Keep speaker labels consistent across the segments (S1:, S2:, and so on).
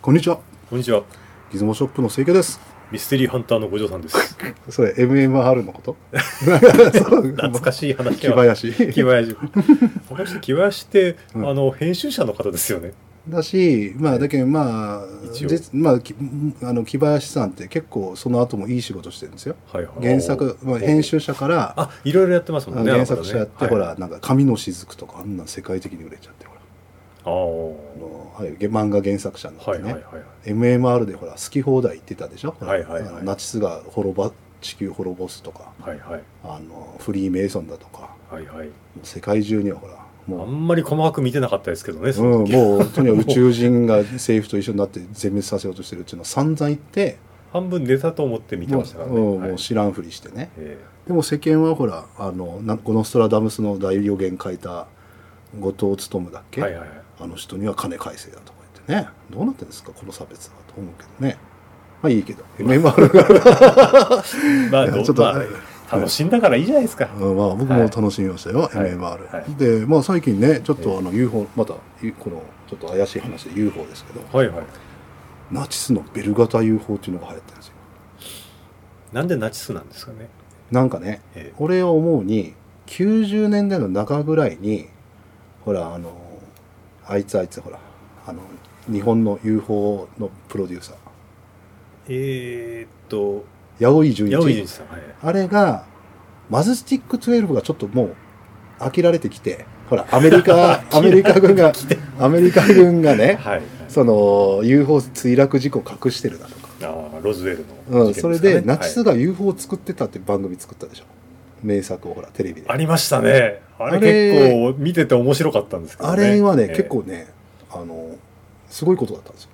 S1: こんにちは。
S2: こんにちは。
S1: ギズモショップの清家です。
S2: ミステリーハンターの五条さ んです。
S1: それ、MMR のこと
S2: 懐
S1: 懐
S2: か
S1: い。
S2: しい話
S1: 木
S2: は。
S1: 林。
S2: 木林。この人木林って、
S1: うん
S2: あの編集者の方ですよね。
S1: だし、まあ、だけど、まあ、
S2: 一応
S1: 実まあ、きあの木林さんって結構その後もいい仕事してるんですよ。
S2: はいはい。
S1: 原作、まあ、編集者から、
S2: あ、いろいろやってます
S1: あ
S2: もん
S1: の
S2: ね。
S1: 原作者やって、ほ
S2: あ
S1: ら、なんか、神の雫とか、あんなん世界的に売れちゃって、ほら。
S2: あ
S1: あ
S2: ー。
S1: のはい、げ漫画原作者になって
S2: はい
S1: ね、
S2: はいはいはい。
S1: MMR でほら好き放題言ってたでしょ、ほら
S2: はいはいはい
S1: あのナチスが滅ば地球滅ぼすとか
S2: はいはい。
S1: あのフリーメイソンだとか
S2: はいは
S1: もう
S2: い。
S1: 世界中にはほら
S2: あ
S1: も
S2: んまり細かく見てなかったですけどね。
S1: う、
S2: その
S1: うん、
S2: 時
S1: もうとにかく宇宙人が政府と一緒になって全滅させようとしてるっていうのは散々言って
S2: 半分寝たと思って見て
S1: も
S2: ましたからね。
S1: ううん
S2: はい
S1: もう知らんふりしてね
S2: ええ
S1: でも世間はほらあのなこのストラダムスの大予言書いた後藤勉だっけ、
S2: はいはいはい。
S1: あの人には金返せだとか言ってねどうなってんですかこの差別はと思うけどねまあいいけど MMR が
S2: まあ、
S1: いや
S2: ど
S1: ちょっと
S2: まあ、楽しんだからいいじゃないですか。
S1: うんまあ、僕も楽しみましたよ、
S2: はい
S1: MMR、
S2: はい
S1: で、まあ、最近ねちょっ
S2: え
S1: とあの UFO またゆこのちょっと怪しい話で UFO ですけど
S2: はいはい。
S1: ナチスのベル型 UFO っていうのが流行ってるんですよ
S2: なんでナチスなんですかね。
S1: なんかね
S2: ええ
S1: 俺は思うに90年代の中ぐらいにほらあのあいつあいつほらあの日本の UFO のプロデューサー
S2: えーっと、
S1: 八尾井純
S2: 八尾
S1: 一
S2: 純さん。はい
S1: あれがマズスティック12がちょっともう飽きられてきてほらアメリカアメリカ軍が
S2: 来て
S1: アメリカ軍がね
S2: はい。
S1: その UFO 墜落事故を隠してるだとか、
S2: ああ、ロズウェルの事
S1: う
S2: 件
S1: ん
S2: す
S1: そ
S2: かね
S1: れでナチス
S2: はい
S1: が UFO を作ってたって番組作ったでしょ名作をほらテレビで
S2: ありましたね。あれ
S1: あれ
S2: 結構見てて面白かったんですけどね。
S1: あれはね、
S2: ええ
S1: 結。構ねあのすごいことだったんですよ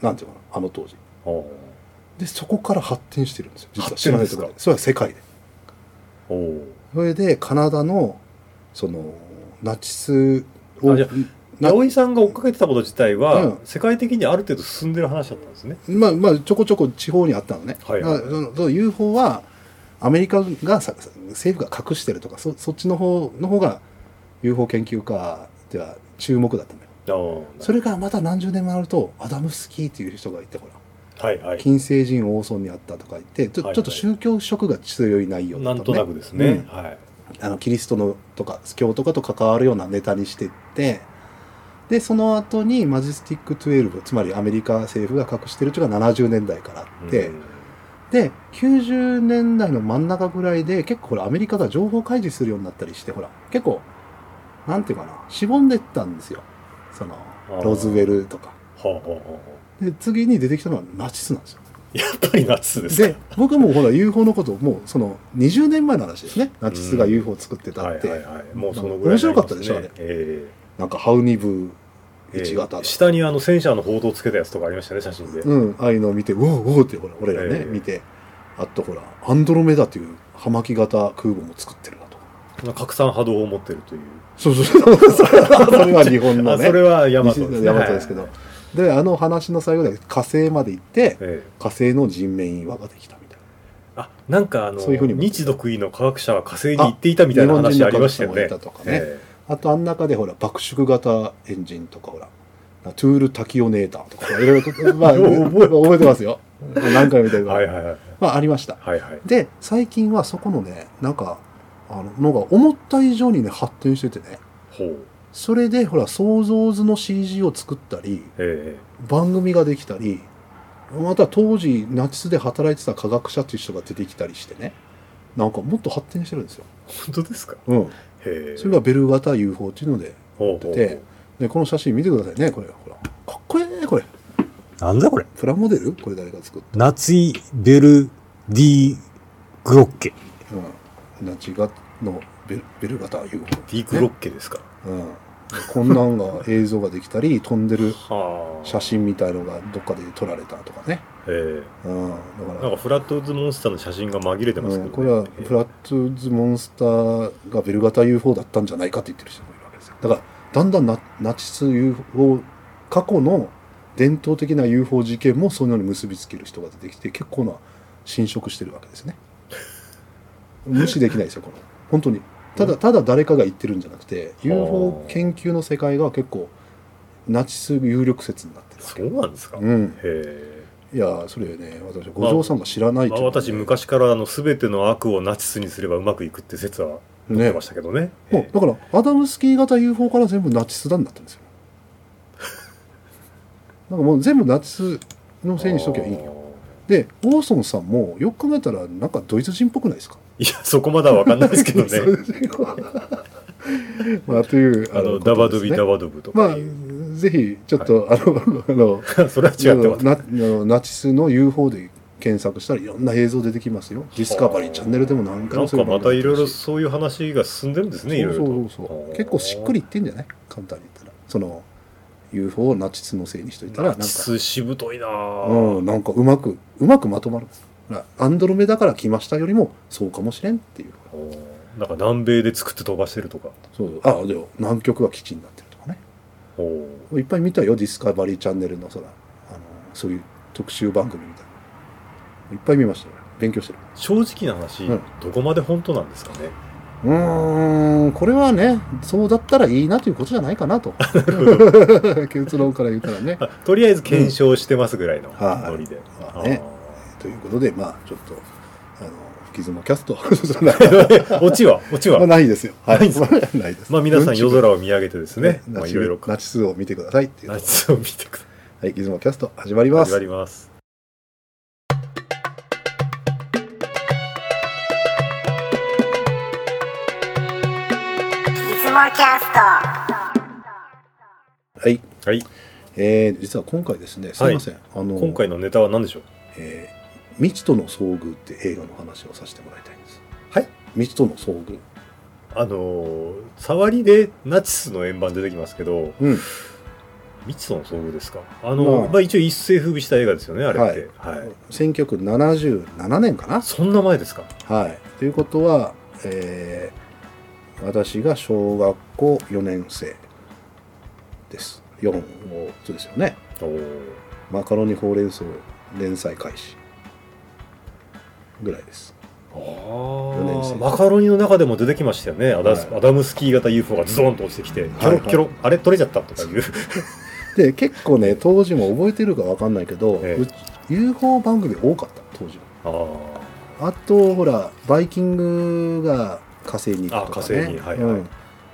S1: なんていうのかなあの当時
S2: お
S1: でそこから発展してるんですよ実は
S2: 発
S1: 知
S2: 展
S1: らないところでそれは世界で
S2: ーお
S1: それでカナダのそのナチスを
S2: あじゃあー。
S1: な
S2: 八尾さんが追っかけてたこと自体
S1: う
S2: は
S1: ん、
S2: 世界的にある程度進んでる話だったんですね。
S1: まあまあちょこちょこ地方にあったのね、
S2: はいは
S1: だ
S2: い
S1: からそのその UFO はアメリカがさ政府が隠してるとかそそっちの方の方が UFO 研究家では注目だったんだよ
S2: あー
S1: それがまた何十年もあるとアダムスキーっていう人がいてほら
S2: はいはい。
S1: 金星人王孫にあったとか言ってちょ,、
S2: はいはい
S1: ちょっと宗教色が強い内容だ
S2: な
S1: ったの、ね、
S2: んとなくですね。はい。
S1: あのキリストのとか教とかと関わるようなネタにしてってでその後にマジスティック12つまりアメリカ政府が隠してるというのが70年代からあって、
S2: うん
S1: で90年代の真ん中ぐらいで結構ほらアメリカが情報開示するようになったりしてほら結構なんていうかなしぼんでったんですよその
S2: ー
S1: ロズウェルとか
S2: はあはあはあ
S1: で次に出てきたのはナチスなんですよ
S2: やっぱりナチスですか。
S1: で僕もほら UFO のことをもうその20年前の話ですねナチスが
S2: うん
S1: UFO を作ってた
S2: はい
S1: って、
S2: はいはい。もうそのぐらい
S1: 面白かったでしょあれ
S2: になりますねえ
S1: なんかハウニブ
S2: え
S1: 1型だ
S2: ええ下にあの戦車の報道つけたやつとかありましたね、写真で。
S1: うん、ああいうのを見て、うおうおうって、ほら、俺らね、
S2: ええ
S1: 見て、あとほら、アンドロメダという葉巻型空母も作ってるなとか。
S2: その拡散波動を持ってるという。
S1: そう そうそう、それはそれは日本の
S2: あ
S1: ね、
S2: それはヤマト
S1: 西
S2: ですね。
S1: の大和ですけど、で、あの話の最後で火星まで行って、
S2: ええ
S1: 火星の人面岩ができたみたいな。
S2: あなんかあの
S1: そういうふうにも
S2: 日独位の科学者は火星に行っていたみたいな話ありましたよね
S1: 日本人の科学者もいた。とかね。
S2: え
S1: あと、あん中でほら、爆縮型エンジンとか、ほら、トゥールタキオネーターとか、 いろいろ、まあ、
S2: よう覚え
S1: 覚えてますよ。何回も見てる
S2: え
S1: から。
S2: はいはいはい
S1: まあ、ありました。
S2: はいはい。
S1: で最近はそこのねなんかあののが思った以上にね発展しててね
S2: ほう。
S1: それでほら想像図の CG を作ったり
S2: え
S1: 番組ができたりまた当時ナチスで働いてた科学者っていう人が出てきたりしてねなんかもっと発展してるんですよ、
S2: え本当ですか。
S1: うん、
S2: へえ。
S1: それがベル型 UFO っていうので
S2: ほうほうほ
S1: で
S2: う。
S1: でこの写真見てくださいねこれほらかっこいいねこれ
S3: なんだこれ
S1: プラモデルこれ誰が作っ
S3: ナツイ・ベル・ディ・グロッケ。
S1: た、うん、ナチがのベルベル型 UFO
S2: ディークロッケですか。
S1: うん、こんなんが映像ができたり飛んでる
S2: はあ。
S1: 写。真みたいのがどっかで撮られたとかね、
S2: え
S1: うん、だ
S2: え。
S1: か
S2: なん
S1: ら
S2: かフラットウッズモンスターの写真が紛れてますけ
S1: うん、
S2: ど、ね
S1: これは
S2: ええ
S1: フラットズモンスターがベル型 UFO だったんじゃないかって言ってる人もいるわけですよだからだんだんナナチス UFO 過去の伝統的な UFO 事件もそういうのに結びつける人が出てきて結構な侵食してるわけですね無視できないですよこの本当にただただ誰かが言ってるんじゃなくて UFO 研究の世界が結構ナチス有力説になってる
S2: そうなんですか、へ
S1: うん、
S2: え、
S1: いやそれね私五条さんが知らない
S2: まあ、
S1: いう
S2: 私昔からあの全ての悪をナチスにすればうまくいくって説は持ってましたけどね
S1: もうだからアダムスキー型 UFO から全部ナチスだになったん ですよなんかもう全部ナチスのせいにしときゃいいよ
S2: よ
S1: でウォーソンさんもよく考えたらなんかドイツ人っぽくないですか
S2: いやそこまでは分かんないですけ ど
S1: そう
S2: ね
S1: ですよまあという
S2: あ
S1: こと
S2: の
S1: ですね
S2: ダバドビダバドブと
S1: ま
S2: か
S1: あ
S2: いう、
S1: ぜひちょっと、あの あの
S2: それは違ってます
S1: ナナナチスの UFO で検索したらいろんな映像出てきますよディスカバリーチャンネルでも何回
S2: な
S1: も
S2: んかまたいろい
S1: そ
S2: ろそういう話が進んでるんです
S1: う
S2: ねい
S1: い
S2: ろ
S1: う
S2: い
S1: そ
S2: ろ
S1: う
S2: と
S1: そうそう結構しっくりいってんじゃない簡単に言ったらその UFO をナチスのせいにしといたらなんか
S2: ナチスしぶといなあ
S1: うん、なんかうまくうまくまとまるアンドロメダから来ましたよりもそうかもしれんっていう
S2: なんか南米で作って飛ばしてるとか
S1: そうあでも南極は基地になってるとかね
S2: おー
S1: いっぱい見たよディスカバリーチャンネルのそらあのそういう特集番組みたいないっぱい見ましたよ勉強してる
S2: 正直な話、
S1: うん
S2: どこまで本当なんですかね
S1: うーんこれはねそうだったらいいなということじゃないかなと 結論から言ったらね
S2: あとりあえず検証してますぐらいの
S1: はい
S2: ノリで、
S1: まあね
S2: あ
S1: ということでまあちょっとあの不ズモキャスト そんな
S2: ー落ちは落ちは、
S1: まあないですよ、はい、
S2: ないんで す
S1: ないです
S2: まあ皆さん
S1: う
S2: 夜
S1: んち
S2: 空を見上げてですね、
S1: ナ
S2: まあ
S1: チ
S2: い
S1: ス
S2: ろいろ
S1: ナチスを見てくださいっていう。は
S2: ナチスを見てくだ
S1: い、ギズモキャスト始まりま
S2: さい。始
S1: す。
S2: まります。
S1: は
S4: いつもキャスト
S1: い、
S2: はい。
S1: えー、実は今回ですね、すいません、あの
S2: 今回のネタは何でしょう
S1: えー未知との遭遇って映画の話をさせてもらいたいんです。
S2: はい。
S1: 未知との遭遇。
S2: あのー、触りでナチスの円盤出てきますけど、
S1: うん。
S2: 未知との遭遇ですか。あのー、
S1: まあ
S2: まあ一応一世風靡した映画ですよね、あれって。はい。
S1: 1977年かな。
S2: そんな前ですか
S1: はい。ということは、えー私が小学校4年生です。4を、そうですよね。
S2: おー
S1: マカロニほうれん草連載開始ぐらいです。
S2: あ
S1: 年生
S2: ーマカロニの中でも出てきましたよね、アダス
S1: はい
S2: アダムスキー型 UFO がズドンと落ちてきて、キョロキョロ、あれ、取れちゃったとかいう、
S1: で結構ね当時も覚えてるかわかんないけど、
S2: ええ
S1: うち UFO 番組多かった当時
S2: あ
S1: あとほらバイキングが火星に行くとか、ね、
S2: あ火星にはいはい
S1: うん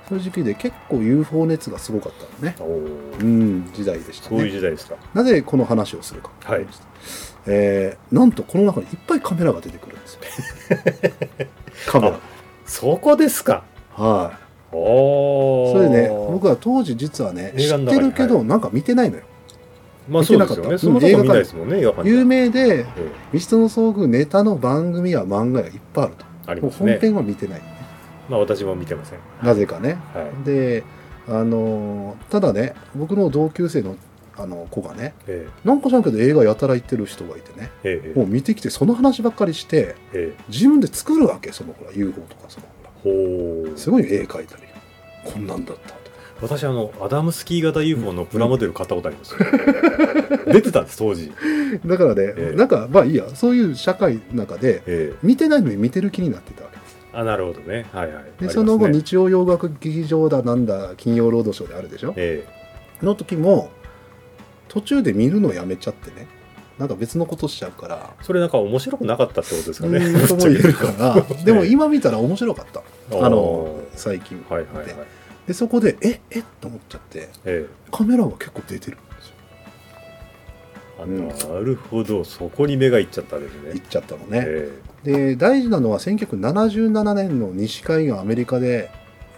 S1: そういう時期で結構 UFO 熱がすごかったのね
S2: ーおー
S1: うん時代でした
S2: そういう
S1: ね
S2: 時代ですか、
S1: なぜこの話をするか、
S2: はい
S1: えーなんとこの中にいっぱいカメラが出てくるんですよ カメラ
S2: そこですか、
S1: はい
S2: お
S1: それでね僕は当時実はね知
S2: 映画
S1: っ
S2: の
S1: て
S2: 中に
S1: るけどなんか見てないのよ、
S2: まあ
S1: 見て
S2: そう
S1: なかっ
S2: です
S1: た
S2: よね、その中
S1: うん
S2: 見ないですもんね、映画館で
S1: 有名で
S2: ええ
S1: 「ミストの遭遇」ネタの番組や漫画やいっぱいあると
S2: あり
S1: もう
S2: ます
S1: 本
S2: ね、
S1: 編は見てない、
S2: まあ私も見てません、
S1: なぜかね
S2: はい、
S1: であのーただね僕の同級生のあの子がね
S2: え
S1: なんかじゃんけど映画やたら行ってる人がいてね
S2: えええ
S1: もう見てきてその話ばっかりして
S2: ええ
S1: 自分で作るわけそのほら UFO とかそのほら
S2: ほー
S1: すごい絵描いたりこんなんだったとか
S2: 私あの、アダムスキー型 UFO のプラモデル買ったことあります、 出てたんです、当時、
S1: だからね、
S2: ええ
S1: なんかまあいいやそういう社会の中で
S2: ええ
S1: 見てないのに見てる気になってたわけです
S2: あなるほどね、はいはい、あり
S1: で
S2: ます
S1: その後
S2: ね
S1: 日曜洋楽劇場だなんだ金曜ロードショーであるでしょ
S2: え
S1: の時も途中で見るのやめちゃってねなんか別のことしちゃうから
S2: えそれなんか面白くなかったってことですか
S1: う
S2: ね。
S1: ーんとも言えるかな
S2: ええ
S1: でも今見たら面白かったあの
S2: お
S1: 最近
S2: ーはいはいはい。
S1: でそこでええと思っちゃって
S2: え
S1: カメラは結構出てるんですよ
S2: えあ
S1: うん
S2: なるほど、そこに目がいっちゃったわけです
S1: 行
S2: ね
S1: っ。ちゃったのね
S2: え
S1: で大事なのは1977年の西海岸アメリカで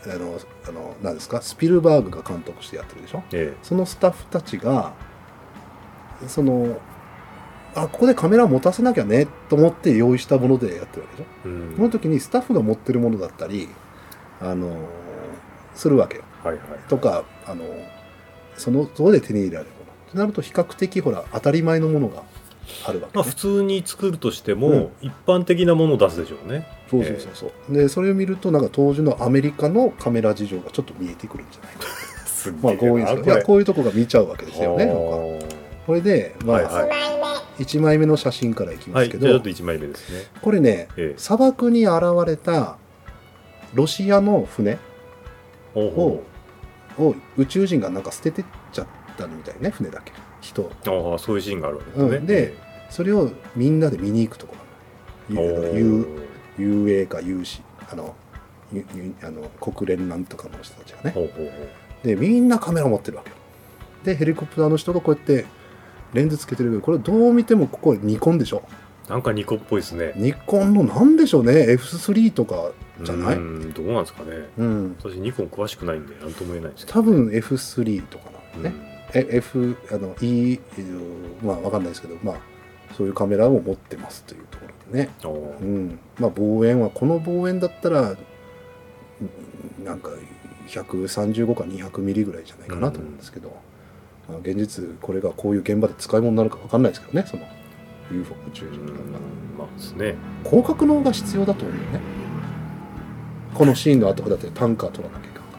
S1: あのあの何ですかスピルバーグが監督してやってるでしょ
S2: ええ
S1: そのスタッフたちがそのあここでカメラ持たせなきゃねと思って用意したものでやってるわけでしょ
S2: えうん
S1: その時にスタッフが持ってるものだったり、あのするわけよ
S2: はいはい。
S1: とか、あのそのそこで手に入れられるものとなると比較的ほら当たり前のものがあるわけ、
S2: まあ
S1: ね、
S2: 普通に作るとして
S1: う
S2: も
S1: ん、
S2: 一般的なものを出すでしょうね。
S1: そうそうそうそう、でそれを見るとなんか当時のアメリカのカメラ事情がちょっと見えてくるんじゃ ないか、
S2: すっ
S1: まあ、
S2: げえ
S1: 強引
S2: な
S1: ですけ
S2: こ
S1: どい
S2: れ
S1: やこういうとこが見ちゃうわけですよねなんか
S2: は
S1: これで、まあ
S2: はいはい
S1: 1枚目の写真からいき
S2: あ
S1: ま
S2: はい、
S1: す
S2: じ
S1: け
S2: ゃあ
S1: ど、
S2: ちょっと1枚目ですね。
S1: これね
S2: ええ
S1: 砂漠に現れたロシアの船
S2: ほうほ
S1: を宇宙人がなんか捨ててっちゃっったみたいね船だけ人
S2: ああそういうシーンがあるわけですね、
S1: うんでそれをみんなで見に行くところなの
S2: おー
S1: ゆ遊泳か有志あのゆゆあの国連なんとかの人たちがね
S2: ほうほうほう
S1: でみんなカメラ持ってるわけよでヘリコプターの人がこうやってレンズつけてるけどこれどう見てもここニコンでしょ
S2: なんかニコっぽいですね
S1: ニコンのなんでしょうね F3 とかじゃないう
S2: ー
S1: うん、
S2: んどうなんですかね私ニコン詳しくないんで何とも言えないですけど
S1: 多分 F3 とかな
S2: うんん
S1: だよね、え F あの E えーまあわかんないですけどまあそういうカメラを持ってますというところでね
S2: ああ
S1: うんまあ望遠はこの望遠だったらうんなんか135か200ミリぐらいじゃないかなと思うんですけど、まあ、現実これがこういう現場で使い物になるかわかんないですけどねその UFO 宇宙
S2: う
S1: 人とか
S2: んまあですね
S1: 広角の方が必要だと思うねこのシーンの後だってタンカー取らなきゃいけない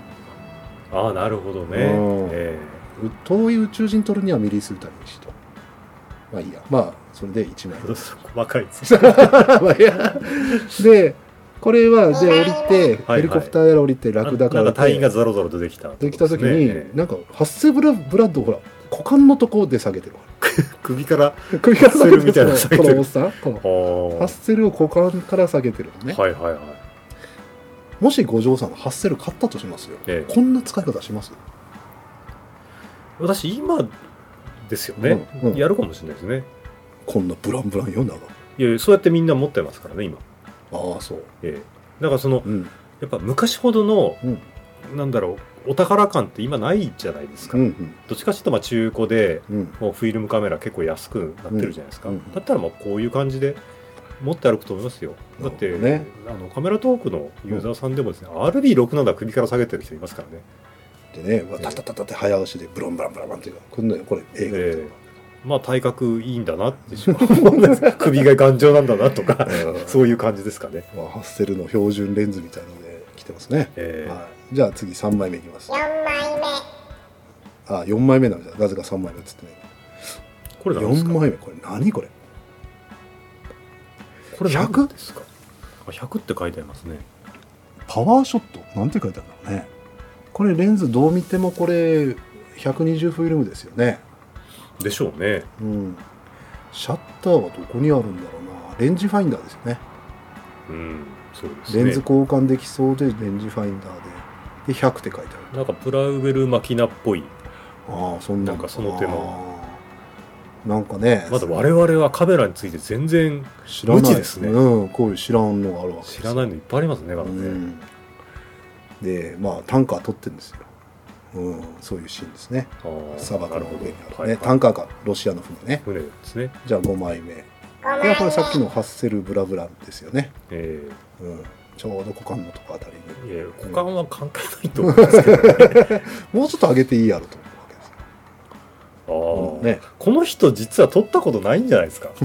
S1: か
S2: ああなるほどね
S1: うん
S2: え
S1: らう遠い宇宙人取るにはミリ数足りないしとまあいいやまあそれで1枚
S2: え細かいで す
S1: まあいい やでこれはで降りて
S2: は
S1: ヘ
S2: い
S1: リコプターやら降りてラクダか
S2: なん
S1: ら
S2: か隊員が
S1: で
S2: ザロザロ出てきた
S1: きた時に、
S2: ね
S1: なんか発生ブラブラッドをほら股間のとこで下げてるわ
S2: 首からあ
S1: 首から下げてる
S2: みたいなの
S1: このこのおっさんこの
S2: あ
S1: ハッ
S2: は
S1: セルを股間から下げてるの
S2: い
S1: ね、
S2: はいはい
S1: もし五条さんがハッセル買ったとしますよ
S2: ええ
S1: こんな使い方します
S2: 私今ですよね
S1: うんうん
S2: やるかもしれないですね
S1: こんなブランブランよ長
S2: いやいやそうやってみんな持ってますからね今
S1: ああそう
S2: ええだからその
S1: うん
S2: やっぱ昔ほどの
S1: うん
S2: なんだろうお宝感って今ないじゃないですか、
S1: うんうん
S2: どっちかっていうとまあ中古で
S1: うん
S2: もうフィルムカメラ結構安くなってるじゃないですか、
S1: うんうん
S2: だったらまあこういう感じで持って歩くと思いますよだって、
S1: なる
S2: あのカメラトークのユーザーさんでもですね、RB67 首から下げてる人いますからね
S1: でねわたたたたって早足でブランブランブランブランってくんのよこれ映画
S2: ええまあ体格いいんだなってしか思うんです 首が頑丈なんだなとか
S1: うん
S2: そういう感じですかね、
S1: まあ、ハッセルの標準レンズみたいので来てますね、
S2: ええ
S1: はい、じゃあ次3枚目いきます
S4: 4枚目
S1: あ四4枚目なんだなぜか3枚目っつってね
S2: これ何です
S1: 4
S2: か
S1: 枚目これ何これ
S2: これ何
S1: 100?
S2: ですかあ100って書いてありますね
S1: パワーショットなんて書いてあるんだろうねこれレンズどう見てもこれ120フィルムですよね
S2: でしょうね
S1: うんシャッターはどこにあるんだろうなレンジファインダーですよね
S2: うんそうですね
S1: レンズ交換できそうでレンジファインダーでで100って書いてある
S2: なんかプラウベルマキナっぽい
S1: ああそんな
S2: なんかその手の
S1: あーなんかね
S2: まだ我々はカメラについて全然
S1: 知らない
S2: 無知ですね
S1: うん、こういう知らんのがあるわけです
S2: 知らないのいっぱいありますねだから
S1: う
S2: ね、
S1: ん、でまあタンカー取ってるんですよ、うん、そういうシーンですね
S2: あー
S1: 砂漠の上にあ
S2: なる
S1: るね、
S2: ほどはい
S1: タンカーかロシアの船ね
S2: 船ですね、
S1: じゃあ5枚目
S4: 5枚
S1: い
S4: 目
S1: やこれさっきのハッセルブラブラですよね、
S2: え
S1: うん、ちょうど股間のとこあたり
S2: ー
S1: に
S2: いや股間は関係ないと思うんですけど、ね
S1: もうちょっと上げていいやろと思うわけですよ
S2: あ ー
S1: ね
S2: この人実は撮ったことないんじゃないですか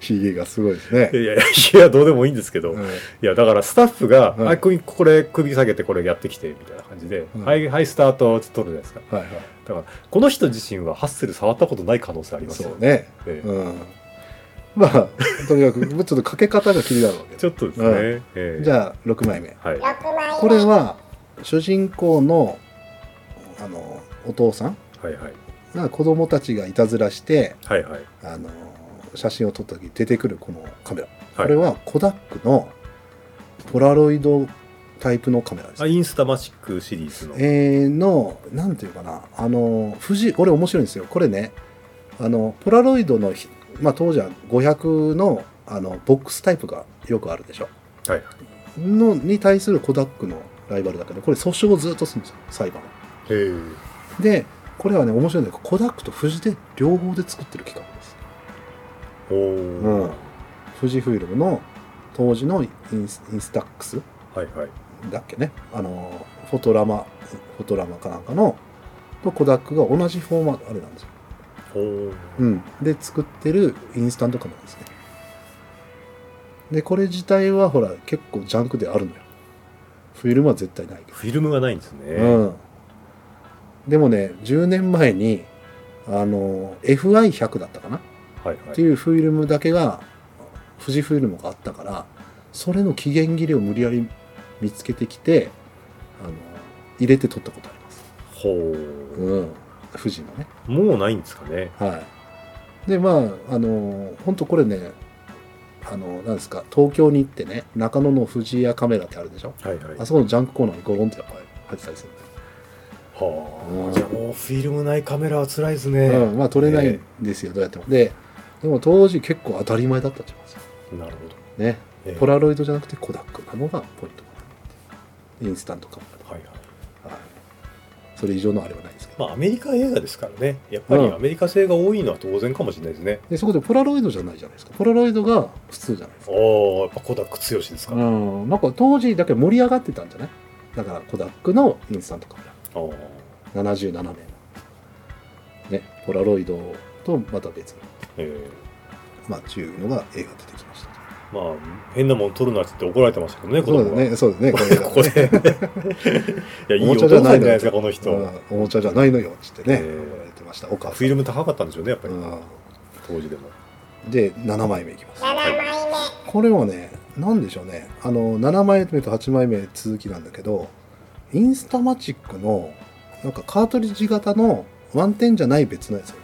S1: ひげがすごいですね
S2: い、やいやいやどうでもいいんですけど、
S1: う
S2: い
S1: ん
S2: やだからスタッフが「
S1: うん
S2: あここれ首下げてこれやってきて」みたいな感じで「
S1: うん
S2: はいはいスタート」って撮るじゃないですか
S1: はいはい
S2: だからこの人自身はハッセル触ったことない可能性ありますよ
S1: そうね
S2: えー
S1: うんまあとにかくちょ っとかけ方が気になるわけ
S2: ち
S1: で
S2: ょっとですね、
S1: うん
S2: えー
S1: じゃあ6枚目
S2: はい、はい
S4: 6枚目
S1: これは主人公のあのお父さん
S2: はいはい
S1: が子供たちがいたずらして
S2: はいはい
S1: あの写真を撮った時に出てくるこのカメラ、こ
S2: はい
S1: れはコダックのポラロイドタイプのカメラです
S2: あインスタマチックシリーズの、
S1: えーのなんていうかなあの富士これ面白いんですよこれねあのポラロイドのひ、まあ、当時は500のあのボックスタイプがよくあるでしょ
S2: はいはい
S1: のに対するコダックのライバルだけどこれ訴訟をずっとするんですよ裁判
S2: へー
S1: でこれはね面白いんだけどコダックと富士で両方で作ってる企画です
S2: おー
S1: うん富士フィルムの当時のインスインスタックス
S2: はいはい
S1: だっけねあのフォトラマフォトラマかなんかのとコダックが同じフォーマットあれなんですよ、
S2: おー
S1: うん、で作ってるインスタントカメラですねでこれ自体はほら結構ジャンクであるのよフィルムは絶対ないけど
S2: フィルムがないんですね、
S1: うん、でもね10年前にあの FI100 だったかな、
S2: はい
S1: っ
S2: は
S1: て
S2: い
S1: いうフィルムだけが富士フィルムがあったからそれの期限切れを無理やり見つけてきてあの入れて撮ったことあります
S2: ほう。
S1: うん、富士のね
S2: もうないんですかね。
S1: はいでまああの本当これねあのなんですか東京に行ってね中野の富士屋カメラってあるでしょ
S2: はいはい。
S1: あそこのジャンクコーナーにゴロンってやっぱり入ってたりするんだよう
S2: はあ。
S1: ん
S2: じゃあもうフィルムないカメラは辛いですね。
S1: うん、まあ取れないんですよ、どうやってもででも当時結構当たり前だったって言いますよ
S2: なるほど。
S1: ね
S2: ええ
S1: ポラロイドじゃなくてコダックなのがポイントかなインスタントカメ
S2: はいはい。
S1: ラ、はい、それ以上のあれはないですけど、
S2: まあアメリカ映画ですからね。やっぱり
S1: うん
S2: アメリカ製が多いのは当然かもしれないですね。
S1: でそこでポラロイドじゃないじゃないですかポラロイドが普通じゃないですか、
S2: おお、やっぱコダック強しですか。
S1: う
S2: あ
S1: ん、なんか当時だけ盛り上がってたんじゃないだからコダックのインスタントカメ
S2: ー
S1: ラ77名ねポラロイドとまた別の
S2: え
S1: まあっていうのが映画出てきました
S2: えまあ変なもん撮るなって言って怒られてましたけどね、子
S1: そう
S2: 供
S1: だ
S2: は。
S1: ねそうだねこれが
S2: ここで。いや、いい
S1: おも
S2: お
S1: ちゃ
S2: 父
S1: じゃな
S2: さんじゃないい
S1: の
S2: ですか、この人。
S1: うんおもちゃじゃないのよっつってね、
S2: ええ
S1: 言われてましたお母さん
S2: フィルム高かったんでしょうね、やっぱり。
S1: う
S2: 当時でも。
S1: んで7枚目いきます
S2: は
S1: これはね何でしょうねあの7枚目と8枚目続きなんだけどインスタマチックのなんかカートリッジ型のワンテンじゃない別のやつよね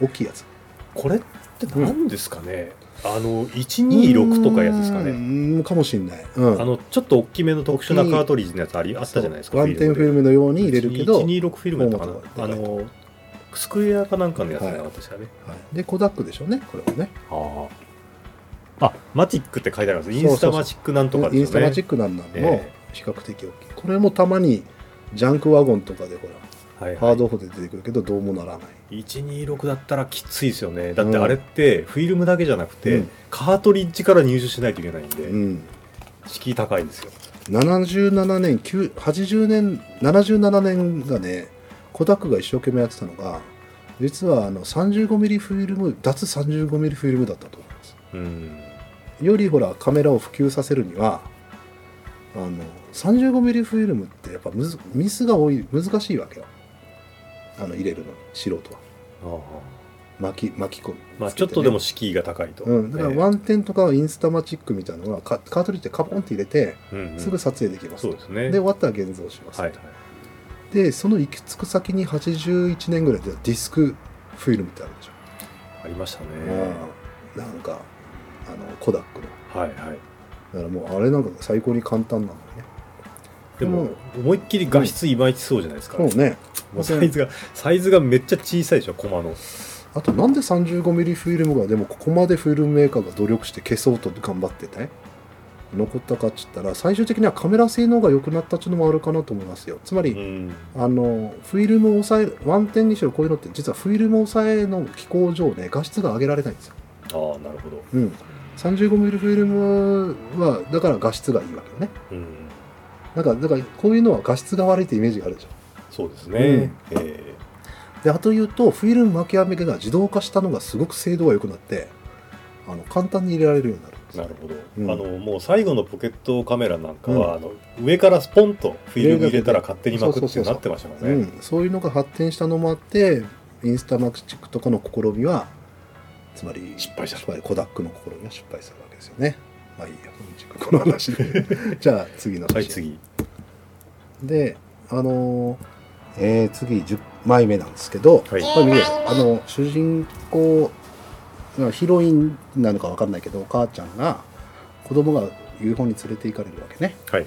S1: 大きいやつ
S2: これって何ですかね、あの、126とかやつですか
S1: う
S2: ね。
S1: ーんかもしんない、うん、
S2: あの、ちょっと大きめの特殊なカートリッジのやつありあったじゃないです
S1: そ
S2: か。
S1: うワンテンフィ
S2: ム
S1: ルムのように入れるけど、はい、
S2: 126フィルムやったかな。あ
S1: フォーマットが
S2: の、スクエアかなんかのやつじゃなかったですかね。
S1: でコダックでしょうねこれはね
S2: ああ。あ、マチックって書いてありま
S1: そ
S2: す。
S1: う
S2: イ
S1: そう
S2: ン
S1: そう
S2: スタマチックなんとかで
S1: イ
S2: すよね。
S1: ンスタマチ
S2: ッ
S1: ックなんなんの
S2: え
S1: 比較的大きい、これもたまにジャンクワゴンとかでほら
S2: ク。はい、
S1: ハ
S2: は
S1: ードオフで出てくるけどどうもならない
S2: い。126だったらきついですよね。だってあれって、フィルムだけじゃなくて、
S1: うん
S2: カートリッジから入手しないといけないんで、
S1: うん
S2: 敷居高いんですよ。
S1: 77年9 80年77年がねコダックが一生懸命やってたのが実はあの 35mm フィルム脱 35mm フィルムだったと思います
S2: うん。
S1: よりほらカメラを普及させるにはあの 35mm フィルムってやっぱむずミスが多い難しいわけよあの入れるのに素人は
S2: ああ
S1: 巻き巻き込む、
S2: まあ
S1: つ
S2: ち
S1: け
S2: ょっ
S1: ね
S2: てとでも敷居が高いと。
S1: うん、だから
S2: ええ
S1: ワンテンとかインスタマチックみたいなのはカカートリッジでカポンって入れて
S2: うんうん
S1: すぐ撮影できます、
S2: そうですね。
S1: で終わったら現像します、
S2: はいはい。
S1: でその行き着く先に81年ぐらいでディスクフィルムってあるでしょ、
S2: ありましたね。
S1: うんなんかあのコダックの
S2: はいはい。
S1: だからもうあれなんか最高に簡単なのにね
S2: でも思いっきり画質いまいちそうじゃないですか。
S1: そうね
S2: もうサイズがサイズがめっちゃ小さいでしょコマの。
S1: あとなんで 35mm フィルムがでもここまでフィルムメーカーが努力して消そうと頑張ってね残ったかっつったら最終的にはカメラ性能が良くなったっていうのもあるかなと思いますよつまり、
S2: うん。
S1: あのフィルムを抑えるワンテンにしろこういうのって実はフィルムを抑えの機構上ね画質が上げられないんですよ、
S2: ああなるほど。
S1: うん、35mm フィルムはだから画質がいいわけよね
S2: うん。
S1: なんかだからこういうのは画質が悪いってイメージがあるでしょ
S2: そうですね。ええ
S1: であと言うとフィルム巻き上げが自動化したのがすごく精度が良くなってあの簡単に入れられるようになるんですよ
S2: なるほど、
S1: うん
S2: あのもう最後のポケットカメラなんかは、あの上からスポンとフィルム入れたら勝手に巻くっていうなってましたからね。
S1: うん、そういうのが発展したのもあってインスタマクチックとかの試みはつまり
S2: 失敗したと
S1: コダックの試みは失敗するわけですよねまあいいやこの話で じゃあ次の写真
S2: はい次。
S1: であのーえー次10枚目なんですけど、
S2: はい
S1: これ見てあの主人公まあヒロインなのかわかんないけどお母ちゃんが子供が遊歩に連れて行かれるわけね
S2: はい。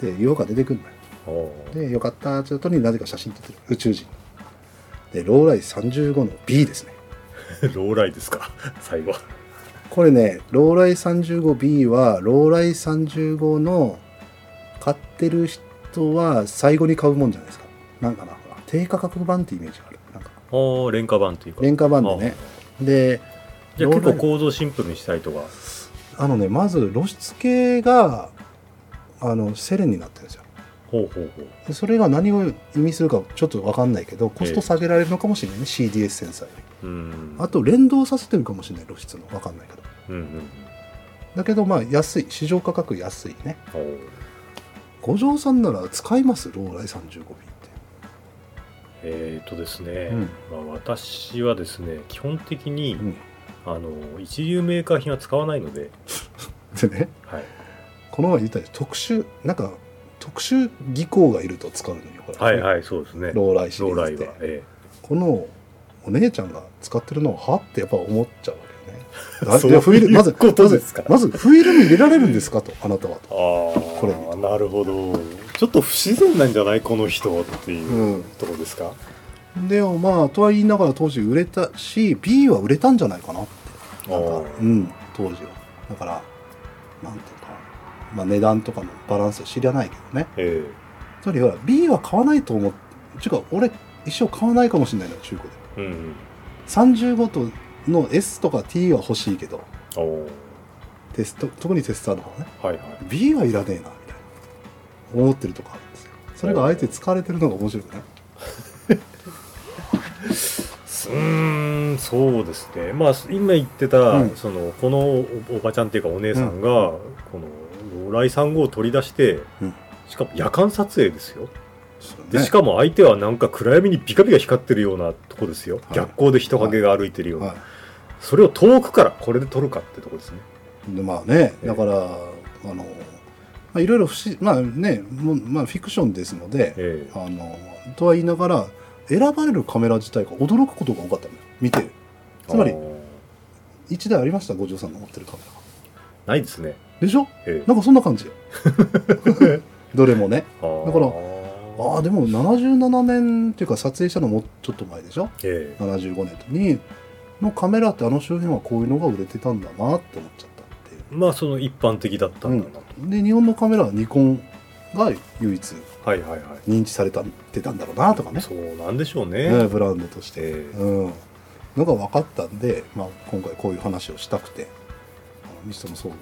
S1: で遊歩が出てくるのよ
S2: おお。
S1: で、よかったっていうとになぜか写真撮ってる宇宙人。で、ローライ35の B ですね。
S2: ローライですか、 最後。
S1: これね、ローライ 35B は、ローライ35の買ってる人は最後に買うもんじゃないですか。なんかな、ほら低価格版ってイメージがある。なんか、
S2: ああ、廉価版というか。
S1: 廉価版でね。で、
S2: じゃあ
S1: ロー
S2: 結
S1: ライ
S2: 構構造シンプルにしたいとか。
S1: あのね、まず露出系が、あの、セレンになってるんですよ。
S2: ほうほうほう。
S1: でそれが何を意味するかちょっとわかんないけど、コスト下げられるのかもしれないね、CDS センサーより。
S2: うーん。
S1: あと連動させてるかもしれない露出のわかんないけど
S2: うんうん。
S1: だけどまあ安い市場価格安いね
S2: おー
S1: 五条さんなら使いますローライ 35mm って
S2: えー、とですね、
S1: うん
S2: まあ、私はですね、基本的に、
S1: うん
S2: あの一流メーカー品は使わないので、
S1: でね
S2: はい、
S1: この前言ったように特殊なんか特殊技巧がいると使うのよこれ、
S2: はいはい、そうですね。
S1: ローライシリ
S2: 将
S1: ーズ
S2: 来
S1: で
S2: は。え
S1: このお姉ちゃんが使ってるのをはってやっぱ思っちゃうわけ よねだ
S2: そう
S1: でフィルまず
S2: いうことですか
S1: まずまずフィルム入れられるんですかとあなたは
S2: え
S1: と、
S2: ああ、
S1: これ
S2: なるほど。ちょっと不自然なんじゃないこの人っていうとこですか、
S1: でもまあとは言いながら当時売れたし B は売れたんじゃないかなってなん
S2: あ
S1: か
S2: ー
S1: うん当時はだからなんていうか、まあ、値段とかのバランスは知らないけどね
S2: え
S1: つまりは B は買わないと思っていうか俺一生買わないかもしれないのよ中古で
S2: えうん。
S1: 35との S とか T は欲しいけど
S2: おお
S1: テスト特にテスターの方ね
S2: はいはい。
S1: B はいらねえなみたいな思ってるとこあるんですよそれがあえて使われてるのが面白くないう
S2: ーん、そうですね。まあ、今言ってた、
S1: うん
S2: その、このおおばちゃんっていうかお姉さんが、この、ローライ3号を取り出して、
S1: うん
S2: しかも夜間撮影ですよ。で、
S1: ね
S2: しかも相手はなんか暗闇にビカビカ光ってるようなとこですよ。
S1: い
S2: 逆光で人影が歩いてるような。
S1: は
S2: それを遠くからこれで撮るかってとこですね。
S1: い、でまあね
S2: え
S1: だからあのまあいろいろ不思まあねもうまあフィクションですので
S2: え
S1: あのとは言いながら選ばれるカメラ自体が驚くことが多かったのよ見てる
S2: え
S1: つまり
S2: あー
S1: 1台ありました五条さんの持ってるカメラが
S2: ないですね。
S1: でしょ
S2: ええ
S1: なんかそんな感 じよどれもね
S2: だ
S1: だからあ
S2: あ
S1: あ
S2: あ、
S1: でも77年っていうか撮影したのもちょっと前でしょ
S2: え
S1: 75年にのカメラってあの周辺はこういうのが売れてたんだなって思っちゃったっていう
S2: えまあその一般的だったんだなと。
S1: で日本のカメラはニコンが唯一
S2: はいはいはい。
S1: 認知されたってたんだろうなとかね
S2: そうなんでしょうね。
S1: ねブランドとして、
S2: ええ
S1: うん、のが分かったんで、まあ、今回こういう話をしたくてあの西友総務の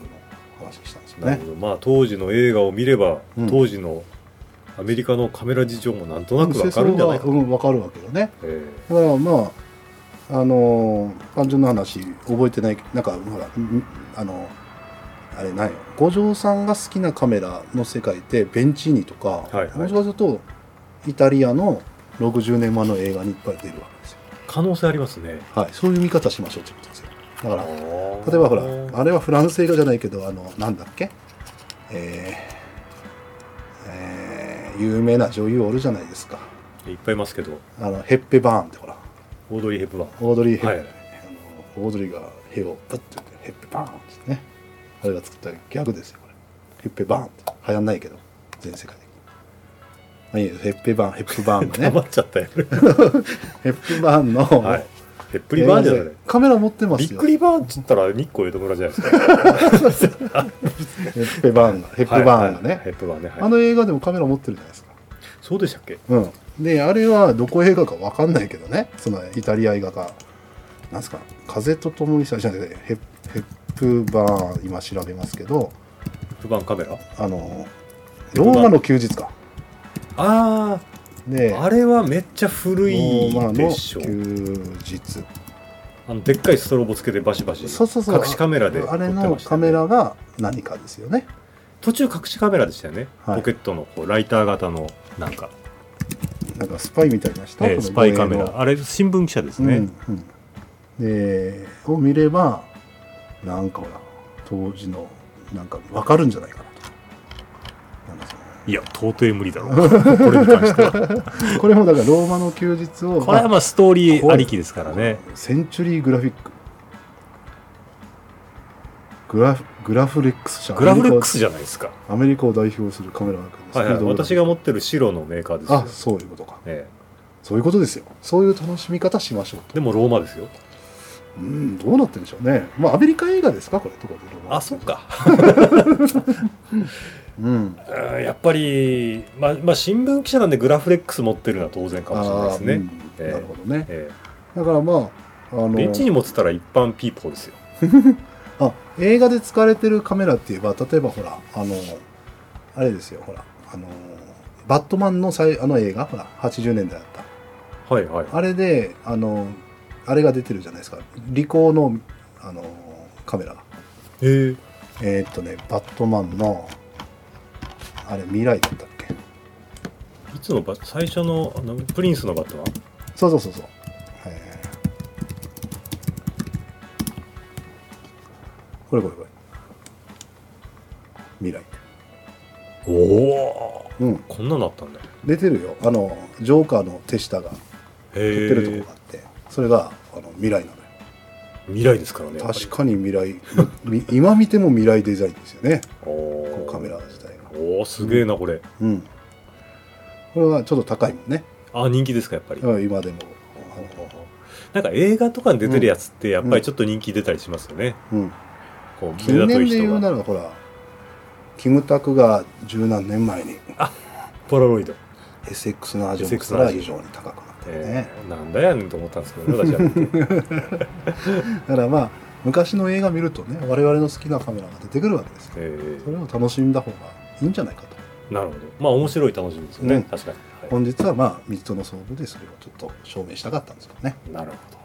S1: 話をしたんですよ
S2: なる
S1: ね
S2: ほど。まあ当時の映画を見れば、
S1: うん
S2: 当時のアメリカのカメラ事情もなんとなくわかるんじゃないか。
S1: うん分かるわけよね
S2: え
S1: だからまああのー単純な話覚えてないなんかほらんあのあれない五条さんが好きなカメラの世界ってベンチーニとか、
S2: はいはい
S1: もしかするとイタリアの60年前の映画にいっぱい出るわけですよ、
S2: え可能性ありますね。
S1: はい、そういう見方しましょうってことですよだから例え
S2: 例
S1: ばほらあれはフランス映画じゃないけどあのなんだっけえーえー有名な女優おるじゃないですか
S2: いっぱいいますけど、
S1: あのヘッペバーンってほら
S2: オードリー・ヘップバーン。
S1: オードリー・ヘッ
S2: は
S1: プ
S2: いはい。
S1: あのオードリーがヘをバッてヘッペバーンですねあれが作ったギャグですよこれヘッペバーンって流行んないけど全世界的にまあいいよヘッペバーンヘッペバーン が
S2: 黙
S1: ね
S2: っちゃったよ。
S1: ヘッペバーンの、
S2: はい。ヘップリバーンじゃない。
S1: カメラ持ってます
S2: び
S1: よ
S2: っくりバーンっつったら日光江戸村じゃないですか。
S1: ヘッペバーンがヘッペバーンがね、
S2: はいはいヘップバーンね。はい
S1: あの映画でもカメラ持ってるじゃないですか
S2: そうでしたっけ
S1: うんであれはどこ映画かわかんないけどねそのイタリア映画かなんですか風と共にさじゃなくてヘッヘップバーン今調べますけど
S2: ヘップバーンカメラ
S1: あのローマの休日か。
S2: あ
S1: で、
S2: あ、あれはめっちゃ古
S1: ロ
S2: い
S1: ーマの
S2: でし
S1: 休
S2: ょ。
S1: 日。
S2: あの、でっかいストロボつけてバシバシ。
S1: そうそうそう。
S2: 隠しカメラで撮って
S1: あ
S2: ました
S1: れ
S2: よね
S1: のカメラが何かですよね。
S2: 途中隠しカメラでしたよね。
S1: はい
S2: ポケットのこうライター型の、なんか、
S1: なんかスパイみたいな人、
S2: えー
S1: この
S2: スパイカメ
S1: 護衛
S2: ラ。あれ、新聞記者です
S1: の
S2: ね。
S1: うんうんで、を見れば、なんかほら当時の、なんかわかるんじゃないかなと。なんかその
S2: いや、到底無理だろう。これに関しては。
S1: これもだからローマの休日を、
S2: これは
S1: ま
S2: まあ、ストーリ
S1: こ
S2: ー
S1: れ
S2: ありきですからね。
S1: あセンチュリーグラフィック。グラフグラフレックス社
S2: グラフレックスじゃないですか。
S1: アメリカを代表するカメラマークです、
S2: はいはい。
S1: スピードグラフ
S2: 私が持ってる白のメーカーですよ
S1: あそういうことか
S2: え
S1: そういうことですよそういう楽しみ方しましょう
S2: えでもローマですよ。
S1: とうんどうなってるんでしょうねまあアメリカ映画ですかこれとかで
S2: あ、そっか。
S1: うん
S2: うんやっぱり、まあ、まあ、新聞記者なんでグラフレックス持ってるのは当然かもしれないですね。
S1: あーうん
S2: ええ
S1: なるほどね
S2: え
S1: だからまああ
S2: え
S1: の
S2: ベンチに持ってたら一般ピーポーですよ。
S1: あ映画で使われてるカメラって言えば例えばほらあのあれですよほらあのバットマンの最あの映画ほら80年代だった
S2: はいはい。
S1: あれであのあれが出てるじゃないですかリコーのあのカメラが
S2: え
S1: えーっとね、バットマンの、あれ、未来だったっけ
S2: いつのば最初のあのプリンスのバットは
S1: そうそうそうそう。えーこれこれこれ。未来。
S2: おお
S1: うん、
S2: こんなのあったんだへ
S1: 出てるよあのジョーカーの手下が撮ってるとこ
S2: え
S1: があって、それがあの未来なのよ
S2: 未来ですからね
S1: 確かに未来み 今見ても未来デザインですよねこ
S2: こ
S1: のカメラ自体が
S2: おおすげえなこれ、
S1: うんこれはちょっと高いもんね
S2: あ人気ですかやっぱり、
S1: うん今でも
S2: なんか映画とかに出てるやつってやっぱりちょっと人気出たりしますよね、
S1: うん
S2: こう
S1: 近
S2: 目立
S1: 年
S2: つ
S1: で言
S2: 人
S1: うな
S2: が
S1: らほらキムタクが十何年前に
S2: ポラロイド、
S1: SX の味を
S2: SX
S1: した
S2: の
S1: ら
S2: 味
S1: 非常に高くなったよね、
S2: えーなんだやねんと思ったんですけどね私は見て
S1: だからまあ昔の映画見るとね我々の好きなカメラが出てくるわけですよ
S2: え
S1: それを楽しんだ方がいいんじゃないかと
S2: ーなるほどまあ面白い楽しみですよね、
S1: うん
S2: 確かに、は
S1: 本日はまあ水戸の総部でそれをちょっと証明したかったんですけどね
S2: い、なるほど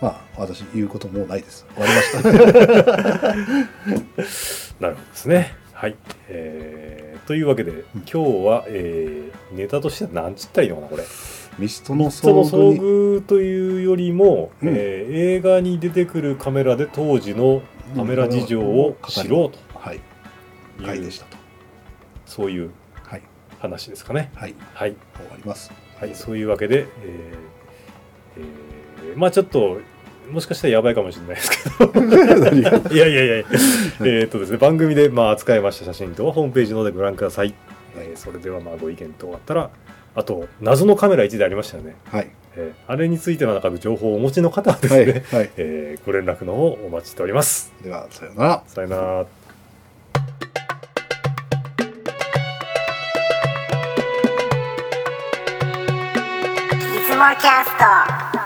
S1: まあ私言うこともうないです終わりました
S2: なるほどですね。はい。えーというわけで、今日は、えーネタとしては何つったらいいのかな、これ。
S1: ミストの
S2: その
S1: 総部に
S2: 遭遇というよりも、
S1: うん
S2: えー映画に出てくるカメラで当時のカメラ事情を知ろう
S1: はい
S2: と
S1: 回
S2: い
S1: で
S2: う
S1: し、たと
S2: そういう
S1: はい
S2: 話ですかね。
S1: はい
S2: はい。
S1: 終わります
S2: はい、そういうわけで、えーえーまあちょっと、もしかしたらやばいかもしれないで すけ ど。
S1: 何が
S2: いやいやいやえーっとですね、番組でまあ扱いました写真等はホームページの方でご覧ください。えーそれではまあご意見等あったら、あと、謎のカメラ1でありましたよね。
S1: はい
S2: えーあれについてのなんか情報をお持ちの方はです
S1: は
S2: ね、
S1: いはい
S2: えーご連絡の方お待ちしております。
S1: ではさようなら
S2: さよなら。
S4: いつもキャスト